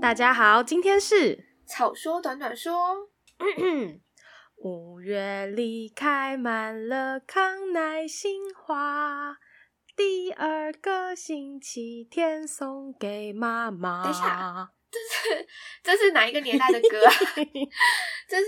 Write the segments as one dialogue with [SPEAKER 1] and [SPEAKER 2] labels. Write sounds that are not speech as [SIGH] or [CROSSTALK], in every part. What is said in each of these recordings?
[SPEAKER 1] 大家好，今天是
[SPEAKER 2] 草说短短说，
[SPEAKER 1] [CLEARS THROAT] 五月里开满了康乃馨花，第二个星期天送给妈妈。
[SPEAKER 2] 等一下，
[SPEAKER 1] [LAUGHS]
[SPEAKER 2] 这是哪一个年代的歌啊？这是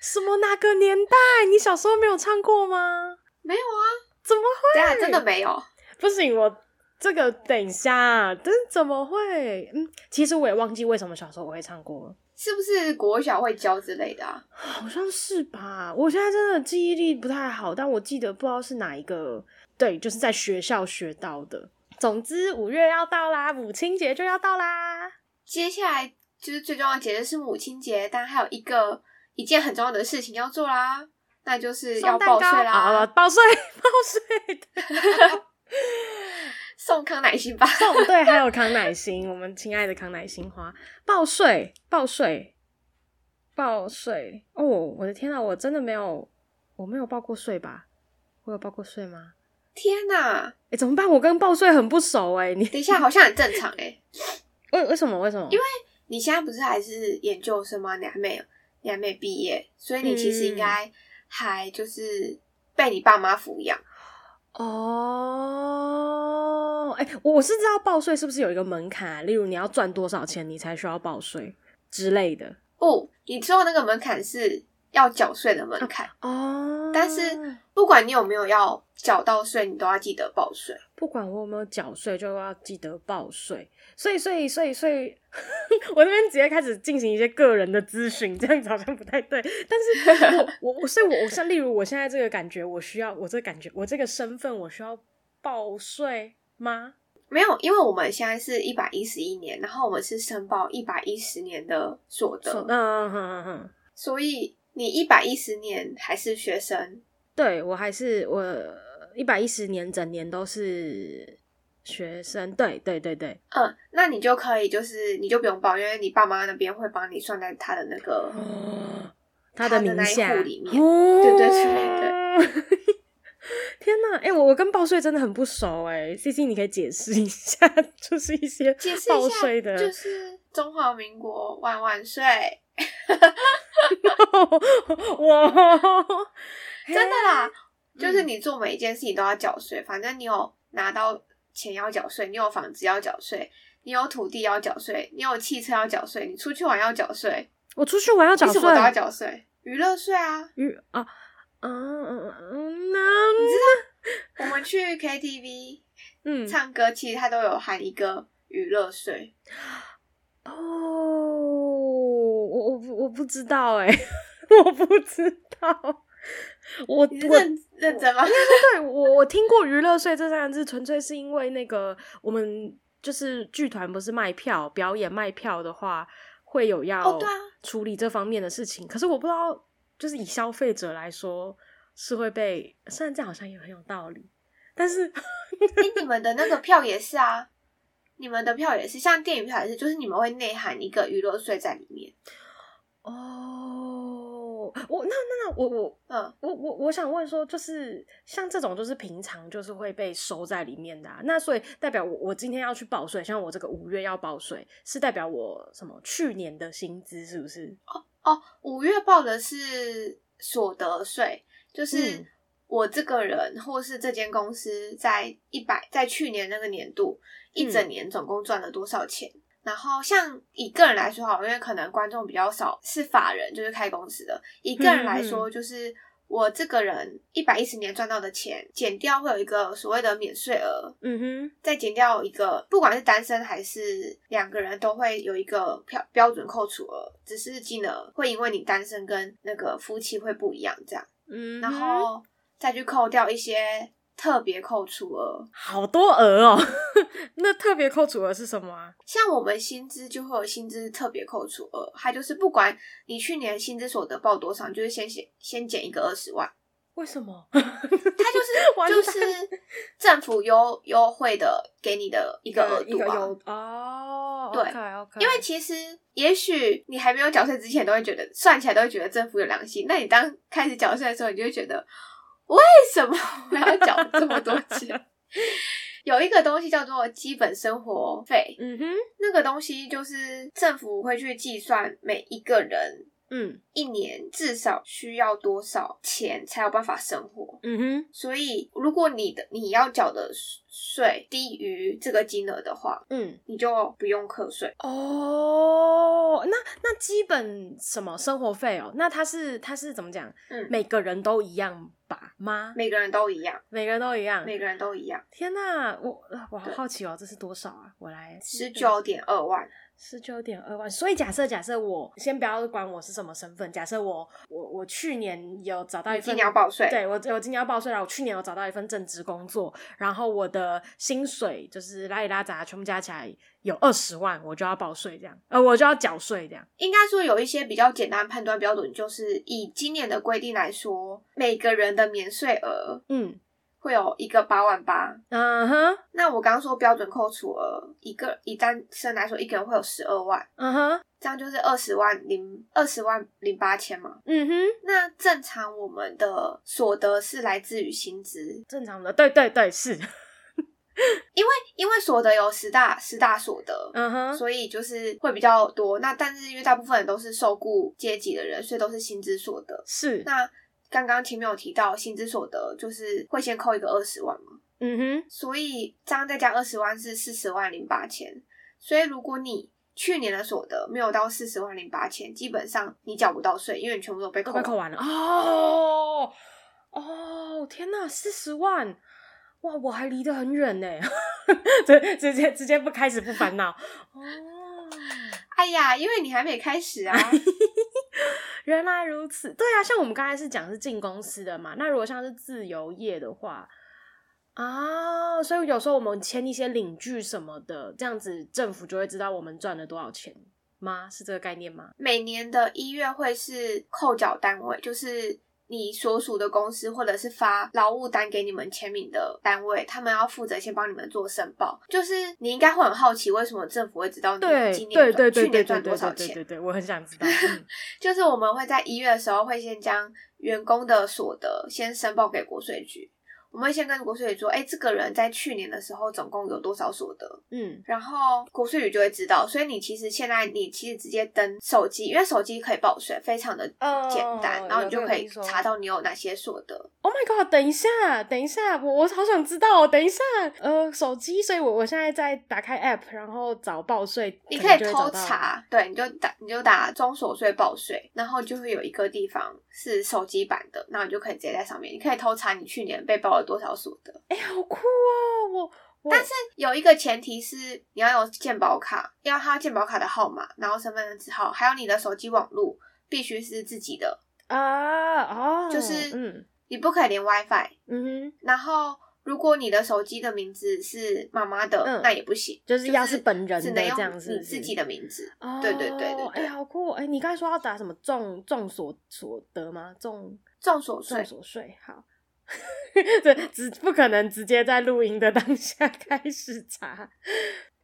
[SPEAKER 1] 什么哪个年代？你小时候没有唱过吗？
[SPEAKER 2] 没有啊？
[SPEAKER 1] 怎么会？
[SPEAKER 2] 等一下真的没有？
[SPEAKER 1] 不行，我这个等一下，但是怎么会？嗯，其实我也忘记为什么小时候我会唱过了，
[SPEAKER 2] 是不是国小会教之类的啊？
[SPEAKER 1] 好像是吧？我现在真的记忆力不太好，但我记得不知道是哪一个，对，就是在学校学到的。总之，五月要到啦，母亲节就要到啦。
[SPEAKER 2] 接下来就是最重要的节日是母亲节，但还有一个一件很重要的事情要做啦，那就是要
[SPEAKER 1] 送蛋
[SPEAKER 2] 报
[SPEAKER 1] 糕
[SPEAKER 2] 税
[SPEAKER 1] 啊，
[SPEAKER 2] 啦，
[SPEAKER 1] 报税，报税，
[SPEAKER 2] 送康乃馨吧。
[SPEAKER 1] 送对，还有康乃馨，我们亲爱的康乃馨花，报税，报税，报税。哦，我的天呐，我真的没有，我没有报过税吧？我有报过税吗？
[SPEAKER 2] 天哪，
[SPEAKER 1] 哎、怎么办？我跟报税很不熟哎、你 [LAUGHS]
[SPEAKER 2] 等一下好像很正常哎、
[SPEAKER 1] 为为什么？为什么？因为
[SPEAKER 2] 你现在不是还是研究生吗？你还没有，你还没毕业，所以你其
[SPEAKER 1] 嗯
[SPEAKER 2] 实应该还就是被你爸妈抚养。
[SPEAKER 1] 哦，哎、我我是知道报税是不是有一个门槛啊、例如你要赚多少钱，你才需要报税之类的。
[SPEAKER 2] 不，哦你说的那个门槛是要缴税的门槛，
[SPEAKER 1] 哦，
[SPEAKER 2] 但是不管你有没有要缴到税，你都要记得报税。
[SPEAKER 1] 不管我有没有缴税，就要记得报税。所以，所以，所以，所以， [LAUGHS] 我这边直接开始进行一些个人的咨询，这样子好像不太对。但是我，我，我，所以我，我像例如我现在这个感觉，我需要我这个感觉，我这个身份，我需要报税吗？
[SPEAKER 2] 没有，因为我们现在是一百一十一年，然后我们是申报一百一十年的所
[SPEAKER 1] 嗯
[SPEAKER 2] 得，
[SPEAKER 1] 嗯嗯嗯嗯，
[SPEAKER 2] 所以你一百一十年还是学生，
[SPEAKER 1] 对我还是我一百一十年整年都是学生，对对对对，
[SPEAKER 2] 嗯，那你就可以就是你就不用报，因为你爸妈那边会帮你算在他的那个
[SPEAKER 1] 嗯他
[SPEAKER 2] 哦他
[SPEAKER 1] 的
[SPEAKER 2] 的
[SPEAKER 1] 名
[SPEAKER 2] 那一
[SPEAKER 1] 下
[SPEAKER 2] 户里面
[SPEAKER 1] 哦、
[SPEAKER 2] 对对对
[SPEAKER 1] 对。 [LAUGHS] 天哪，哎、我我跟报税真的很不熟哎、C C，你可以解释一下， [LAUGHS] 就是一些
[SPEAKER 2] 解释
[SPEAKER 1] 报
[SPEAKER 2] 一
[SPEAKER 1] 税
[SPEAKER 2] 下，
[SPEAKER 1] 的， [LAUGHS]
[SPEAKER 2] 就是中华民国万万岁，
[SPEAKER 1] 哇，
[SPEAKER 2] 真的啦，
[SPEAKER 1] 嗯
[SPEAKER 2] 就是你做每一件事情都要缴税，反正你有拿到钱要缴税，你有房子要缴税，你有土地要缴税，你有汽车要缴税，你出去玩要缴税，
[SPEAKER 1] 我出去玩要缴
[SPEAKER 2] 你什
[SPEAKER 1] 税，
[SPEAKER 2] 么都要缴税，娱乐税啊，
[SPEAKER 1] 与啊，嗯嗯嗯，那
[SPEAKER 2] 我们 [LAUGHS] 去 KTV
[SPEAKER 1] 嗯
[SPEAKER 2] 唱歌，其实它都有含一个娱乐税。
[SPEAKER 1] 哦，我我不我不知道哎、 [LAUGHS] 我不知道，我
[SPEAKER 2] 你是
[SPEAKER 1] 我
[SPEAKER 2] 认认真吗？ [LAUGHS]
[SPEAKER 1] 对我，我听过娱乐税这三个字，纯粹是因为那个我们就是剧团不是卖票表演卖票的话，会有要
[SPEAKER 2] 哦对啊
[SPEAKER 1] 处理这方面的事情。可是我不知道，就是以消费者来说是会被，虽然这样好像也很有道理，但是
[SPEAKER 2] [LAUGHS] 哎，你们的那个票也是啊，你们的票也是，像电影票也是，就是你们会内含一个娱乐税在里面。
[SPEAKER 1] 哦， [LAUGHS] 我那那那我我
[SPEAKER 2] 嗯，
[SPEAKER 1] 我我我想问说，就是像这种就是平常就是会被收在里面的、啊，那所以代表我我今天要去报税，像我这个五月要报税，是代表我什么去年的薪资是不是？
[SPEAKER 2] 哦，五月报的是所得税，就是
[SPEAKER 1] 嗯
[SPEAKER 2] 我这个人或是这间公司在一百在去年那个年度一整年总共赚了多少钱。然后像以个人来说好，因为可能观众比较少，是法人就是开公司的。以个人来说，就是我这个人一百一十年赚到的钱，减掉会有一个所谓的免税额，
[SPEAKER 1] 嗯
[SPEAKER 2] 再减掉一个，不管是单身还是两个人，都会有一个标标准扣除额，只是金额会因为你单身跟那个夫妻会不一样这样，
[SPEAKER 1] 哼，嗯哼，
[SPEAKER 2] 然后再去扣掉一些特别扣除额，
[SPEAKER 1] 好多额哦， [LAUGHS] 那特别扣除额是什么啊？
[SPEAKER 2] 像我们薪资就会有薪资特别扣除额，它就是不管你去年薪资所得报多少，你就是先先先减一个二十万，
[SPEAKER 1] 为什么？ [LAUGHS]
[SPEAKER 2] 它
[SPEAKER 1] 完
[SPEAKER 2] 就
[SPEAKER 1] 蛋
[SPEAKER 2] 是就是政府优优惠的给你的一
[SPEAKER 1] 一
[SPEAKER 2] 个额
[SPEAKER 1] 一
[SPEAKER 2] 度
[SPEAKER 1] 个
[SPEAKER 2] 啊。
[SPEAKER 1] 有哦，
[SPEAKER 2] 对
[SPEAKER 1] OK，
[SPEAKER 2] 因为其实，也许你还没有缴税之前，都会觉得算起来都会觉得政府有良心。那你当开始缴税的时候，你就会觉得为什么我要缴这么多钱？ [LAUGHS] 有一个东西叫做基本生活费，
[SPEAKER 1] 嗯哼，
[SPEAKER 2] 那个东西就是政府会去计算每一个人
[SPEAKER 1] 嗯
[SPEAKER 2] 一年至少需要多少钱才有办法生活。
[SPEAKER 1] 嗯哼，
[SPEAKER 2] 所以，如果你的你要缴的税低于这个金额的话，
[SPEAKER 1] 嗯。
[SPEAKER 2] 你就不用课税。
[SPEAKER 1] 哦，那那基本什么生活费哦？那它是它是怎么讲？
[SPEAKER 2] 嗯，每
[SPEAKER 1] 每个人都一样吧？吗？
[SPEAKER 2] 每个人都一样，
[SPEAKER 1] 每个人都一样。
[SPEAKER 2] 每个人都一样，
[SPEAKER 1] 天哪，我我好
[SPEAKER 2] 对
[SPEAKER 1] 好奇哦，这是多少啊？我来
[SPEAKER 2] 十九点二万。
[SPEAKER 1] 十九点二万。所以假设假设我先不要管我是什么身份，假设我我我去年有找到一
[SPEAKER 2] 你
[SPEAKER 1] 份
[SPEAKER 2] 今年要报税，
[SPEAKER 1] 对我我今年要报税了，我去年有找到一份正职工作，然后我的薪水就是拉里拉杂全部加起来有二十万，我就要报税这样，呃，我就要缴税这样。
[SPEAKER 2] 应该说有一些比较简单的判断标准，就是以今年的规定来说，每个人的免税额
[SPEAKER 1] 嗯
[SPEAKER 2] 会有一个八万八。
[SPEAKER 1] 嗯哼
[SPEAKER 2] 那我刚刚说标准扣除额，一个以单身来说，一个人会有十二万，
[SPEAKER 1] 嗯哼
[SPEAKER 2] 这样就是二十万零二十万零八千嘛。
[SPEAKER 1] 嗯哼，
[SPEAKER 2] 那正常我们的所得是来自于薪资，
[SPEAKER 1] 正常的，对对对，是， [LAUGHS]
[SPEAKER 2] 因为所得有十大十大所得。
[SPEAKER 1] 嗯哼，
[SPEAKER 2] 所以就是会比较多，那但是因为大部分人都是受雇阶级的人，所以都是薪资所得。
[SPEAKER 1] 是，
[SPEAKER 2] 那刚刚前面有提到薪资所得，就是会先扣一个二十万嘛，
[SPEAKER 1] 嗯哼，
[SPEAKER 2] 所以这样再加二十万是四十万零八千。所以如果你去年的所得没有到四十万零八千，基本上你缴不到税，因为你全部都被
[SPEAKER 1] 都
[SPEAKER 2] 扣
[SPEAKER 1] 快扣
[SPEAKER 2] 完。
[SPEAKER 1] 完了哦哦，天哪，四十万。哇，我还离得很远呢， [LAUGHS] 直直接直接不开始不烦恼哦。
[SPEAKER 2] 哎呀，因为你还没开始
[SPEAKER 1] [LAUGHS]
[SPEAKER 2] 啊，
[SPEAKER 1] 原来如此，对啊，像我们刚才是讲是进公司的嘛，那如果像是自由业的话，啊，所以有时候我们签一些领据什么的，这样子政府就会知道我们赚了多少钱吗？是这个概念吗？
[SPEAKER 2] 每年的一月会是扣缴单位，就是。你所属的公司，或者是发劳务单给你们签名的单位，他们要负责先帮你们做申报。就是你应该会很好奇，为什么政府会知道你
[SPEAKER 1] 对
[SPEAKER 2] 今
[SPEAKER 1] 对对
[SPEAKER 2] 年赚、
[SPEAKER 1] 对
[SPEAKER 2] 去
[SPEAKER 1] 对
[SPEAKER 2] 年
[SPEAKER 1] 对
[SPEAKER 2] 赚
[SPEAKER 1] 对
[SPEAKER 2] 多少
[SPEAKER 1] 对对
[SPEAKER 2] 钱？
[SPEAKER 1] 对对，我很想知道。嗯
[SPEAKER 2] 就是我们会在一月的时候，会先将员工的所得先申报给国税局。我们会先跟国税局说，哎，这个人在去年的时候总共有多少所得，
[SPEAKER 1] [LAUGHS] 嗯
[SPEAKER 2] 然后国税局就会知道。所以你其实现在你其实直接登手机，因为手机可以报税，非常的
[SPEAKER 1] 哦
[SPEAKER 2] 简单，然后你
[SPEAKER 1] 有这
[SPEAKER 2] 就
[SPEAKER 1] 个
[SPEAKER 2] 可以
[SPEAKER 1] 听说
[SPEAKER 2] 查到你有哪些所得。
[SPEAKER 1] ，Oh my god！等一下，等一下，我我好想知道、哦，等一下，呃，手机，所以我我现在在打开 app，然后找报税，
[SPEAKER 2] 你
[SPEAKER 1] 可
[SPEAKER 2] 可
[SPEAKER 1] 能
[SPEAKER 2] 以
[SPEAKER 1] 就会
[SPEAKER 2] 偷
[SPEAKER 1] 找到
[SPEAKER 2] 查，对，你就打你就打中所税报税，然后就会有一个地方是手机版的，那你就可以直接在上面，你可以偷查你去年被报了多少所得。
[SPEAKER 1] 哎、好酷哦！我我但是
[SPEAKER 2] 有一个前提是你要有健保卡，要他健保卡的号码，然后身份证字号，还有你的手机网络必须是自己的，
[SPEAKER 1] 啊哦，
[SPEAKER 2] 就是
[SPEAKER 1] 嗯
[SPEAKER 2] 你不可以连 WiFi。
[SPEAKER 1] 嗯哼，
[SPEAKER 2] 然后如果你的手机的名字是妈妈的，
[SPEAKER 1] 嗯
[SPEAKER 2] 那也不行，
[SPEAKER 1] 就是要是本人的
[SPEAKER 2] 只能用
[SPEAKER 1] 这样子
[SPEAKER 2] 你自己的名字。
[SPEAKER 1] 哦，
[SPEAKER 2] 对对对对对
[SPEAKER 1] 哎、好酷哦！哎、你刚才说要打什么众众所所得吗？众
[SPEAKER 2] 众所
[SPEAKER 1] 众
[SPEAKER 2] 税，
[SPEAKER 1] 所税好。 [LAUGHS] 对，只不可能直接在录音的当下开始查。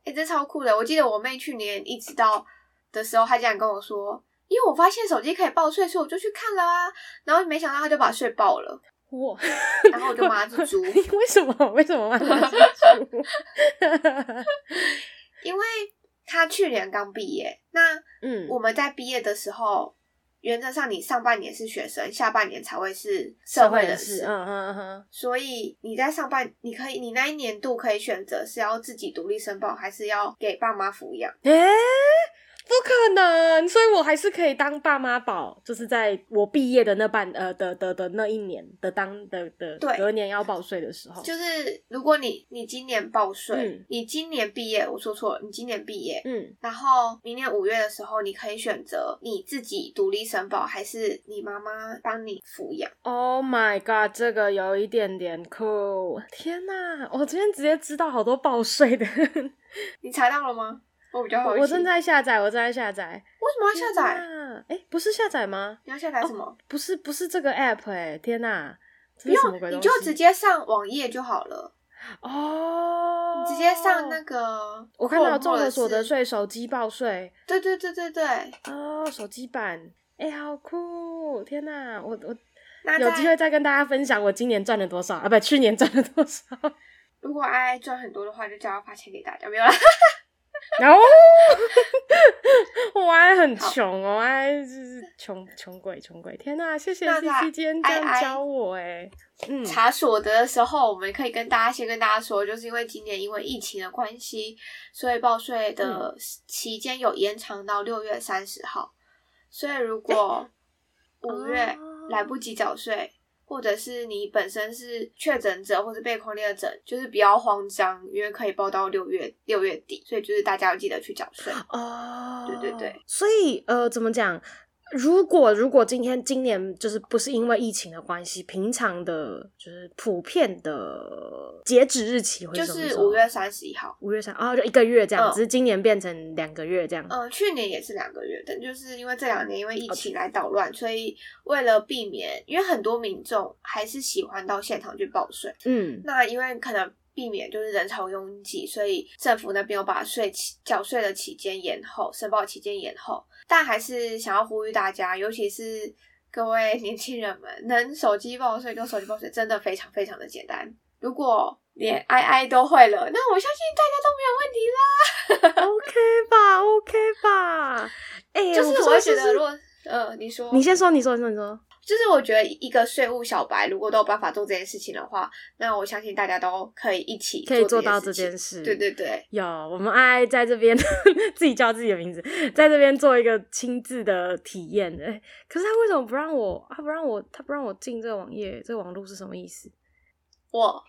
[SPEAKER 2] 哎、这超酷的！我记得我妹去年一直到的时候，她竟然跟我说，因为我发现手机可以报税，所以我就去看了啊。然后没想到她就把税报了，
[SPEAKER 1] 我，
[SPEAKER 2] 然后我就骂她是
[SPEAKER 1] [LAUGHS]
[SPEAKER 2] 猪
[SPEAKER 1] 为什么？为什么骂他是猪？ [LAUGHS]
[SPEAKER 2] 因为她去年刚毕业。那
[SPEAKER 1] 嗯，
[SPEAKER 2] 我们在毕业的时候，原则上你上半年是学生，下半年才会是社会人士。
[SPEAKER 1] 嗯嗯嗯
[SPEAKER 2] 所以你在上半，你可以，你那一年度可以选择是要自己独立申报，还是要给爸妈抚养。
[SPEAKER 1] 嗯，哎、不可能！所以我还是可以当爸妈宝，就是在我毕业的那半呃的的的那一年的当的的
[SPEAKER 2] 对
[SPEAKER 1] 隔年要报税的时候，
[SPEAKER 2] 就是如果你你今年报税，
[SPEAKER 1] 哦嗯
[SPEAKER 2] 你今年毕业，我说错了，你今年毕业，
[SPEAKER 1] 嗯，
[SPEAKER 2] 然后明年五月的时候，你可以选择你自己独立申报，还是你妈妈帮你抚养。
[SPEAKER 1] Oh my god，这个有一点点酷！天哪，我今天直接知道好多报税的，
[SPEAKER 2] 你查到了吗？我比较好
[SPEAKER 1] 我
[SPEAKER 2] 奇，
[SPEAKER 1] 我正在下载，我正在下载。
[SPEAKER 2] 为什么要下载？
[SPEAKER 1] 载？哎，不是下载吗？
[SPEAKER 2] 你要下载什么？
[SPEAKER 1] 不是，不是这个 app 哎！天哪，
[SPEAKER 2] 不
[SPEAKER 1] 这是什么
[SPEAKER 2] 用
[SPEAKER 1] 鬼，
[SPEAKER 2] 你
[SPEAKER 1] 东西？
[SPEAKER 2] 就直接上网页就好了。
[SPEAKER 1] 哦，
[SPEAKER 2] 你直接上那个，
[SPEAKER 1] 我看到综
[SPEAKER 2] 众
[SPEAKER 1] 合所得。税、手机报税
[SPEAKER 2] 对对对对对，
[SPEAKER 1] 哦，手机版，哎，好酷！天哪，我我
[SPEAKER 2] 那
[SPEAKER 1] 有机
[SPEAKER 2] 在
[SPEAKER 1] 会再跟大家分享我今年赚了多少啊，不，去年赚了多少。
[SPEAKER 2] 如果 I I 赚很多的话，就叫他发钱给大家，没有啦。
[SPEAKER 1] 然后我还很穷哦，哎，就是穷穷鬼穷鬼，天哪！谢谢
[SPEAKER 2] 那
[SPEAKER 1] C
[SPEAKER 2] 在
[SPEAKER 1] C 今天这样
[SPEAKER 2] II
[SPEAKER 1] 教我哎，嗯，
[SPEAKER 2] [LAUGHS] 查所得的时候，我们可以跟大家先跟大家说，就是因为今年因为疫情的关系，所以报税
[SPEAKER 1] 嗯
[SPEAKER 2] 的期间有延长到六月三十号。所以如果五月
[SPEAKER 1] 哦
[SPEAKER 2] 来不及缴税，或者是你本身是确诊者或者被狂烈者，就是不要慌张，因为可以报到六月六月底，所以就是大家要记得去缴税。
[SPEAKER 1] 哦，
[SPEAKER 2] 对对对，
[SPEAKER 1] 所以呃，怎么讲？如果如果今天今年就是不是因为疫情的关系，平常的就是普遍的截止日期会
[SPEAKER 2] 就
[SPEAKER 1] 什么时
[SPEAKER 2] 是
[SPEAKER 1] 候
[SPEAKER 2] 五月三十一号。
[SPEAKER 1] 五月三哦，就一个月这样，
[SPEAKER 2] 嗯
[SPEAKER 1] 只是今年变成两个月这样。
[SPEAKER 2] 嗯，去年也是两个月，但就是因为这两年因为疫情来捣乱，所以为了避免，因为很多民众还是喜欢到现场去报税，
[SPEAKER 1] 嗯
[SPEAKER 2] 那因为可能避免就是人潮拥挤，所以政府那边有把税期缴税的期间延后，申报期间延后，但还是想要呼吁大家，尤其是各位 [LAUGHS] 年轻人们，能手机报税就手机报税，真的非常非常的简单。如果连 I I 都会了，那我相信大家都没有问题啦。
[SPEAKER 1] ，OK 吧，OK 吧。
[SPEAKER 2] [LAUGHS]
[SPEAKER 1] 哎、
[SPEAKER 2] 就
[SPEAKER 1] 我不
[SPEAKER 2] 是
[SPEAKER 1] 知道
[SPEAKER 2] 我会觉得，
[SPEAKER 1] 是
[SPEAKER 2] 如果呃，你说
[SPEAKER 1] 你先说，你说，你说，你说。
[SPEAKER 2] 就是我觉得一个税务小白如果都有办法做这件事情的话，那我相信大家都可以一起
[SPEAKER 1] 可以做到这
[SPEAKER 2] 件
[SPEAKER 1] 件事。
[SPEAKER 2] 事情。对对对，
[SPEAKER 1] 有，我们爱爱在这边 [LAUGHS] 自己叫自己的名字，在这边做一个亲自的体验。哎、可是他为什么不让我？他不让我，他不让我进这个网页，这个网络是什么意思？
[SPEAKER 2] 我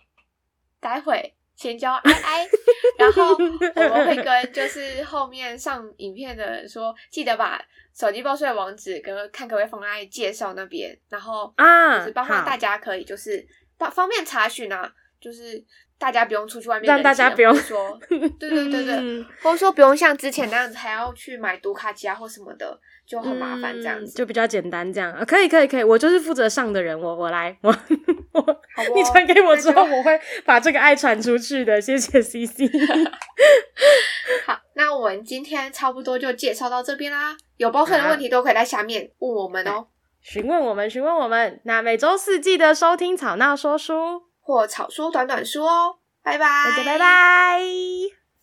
[SPEAKER 2] 待会
[SPEAKER 1] [LAUGHS]
[SPEAKER 2] 先教哀哀，然后我们会跟就是后面上影片的人说，记得把手机报税的网址跟看可不可以放在介绍那边，然后
[SPEAKER 1] 啊
[SPEAKER 2] 就是帮忙
[SPEAKER 1] 好
[SPEAKER 2] 大家可以就是方方便查询啊，就是大家不用出去外面
[SPEAKER 1] 让
[SPEAKER 2] 人
[SPEAKER 1] 大
[SPEAKER 2] 挤
[SPEAKER 1] 家
[SPEAKER 2] 人
[SPEAKER 1] 不用
[SPEAKER 2] 或者说，
[SPEAKER 1] [LAUGHS]
[SPEAKER 2] 对对对对。
[SPEAKER 1] 嗯
[SPEAKER 2] 或者说不用像之前那样子还要去买读卡机啊或什么的，就很麻烦这样
[SPEAKER 1] 嗯
[SPEAKER 2] 子。
[SPEAKER 1] 就比较简单这样。啊可以，可以，可以，我就是负责上的人，我我来，我我
[SPEAKER 2] 好哦
[SPEAKER 1] 你传给我之后，
[SPEAKER 2] 那就
[SPEAKER 1] 我会把这个爱传出去的。谢谢 C C。 [LAUGHS]
[SPEAKER 2] 好，那我们今天差不多就介绍到这边啦。有包税的问题都可以在下面问我们哦，
[SPEAKER 1] 询问我们，询问我们。那每周四记得收听《吵闹说书》，
[SPEAKER 2] 或草说短短说哦。拜拜，
[SPEAKER 1] 大家拜。拜。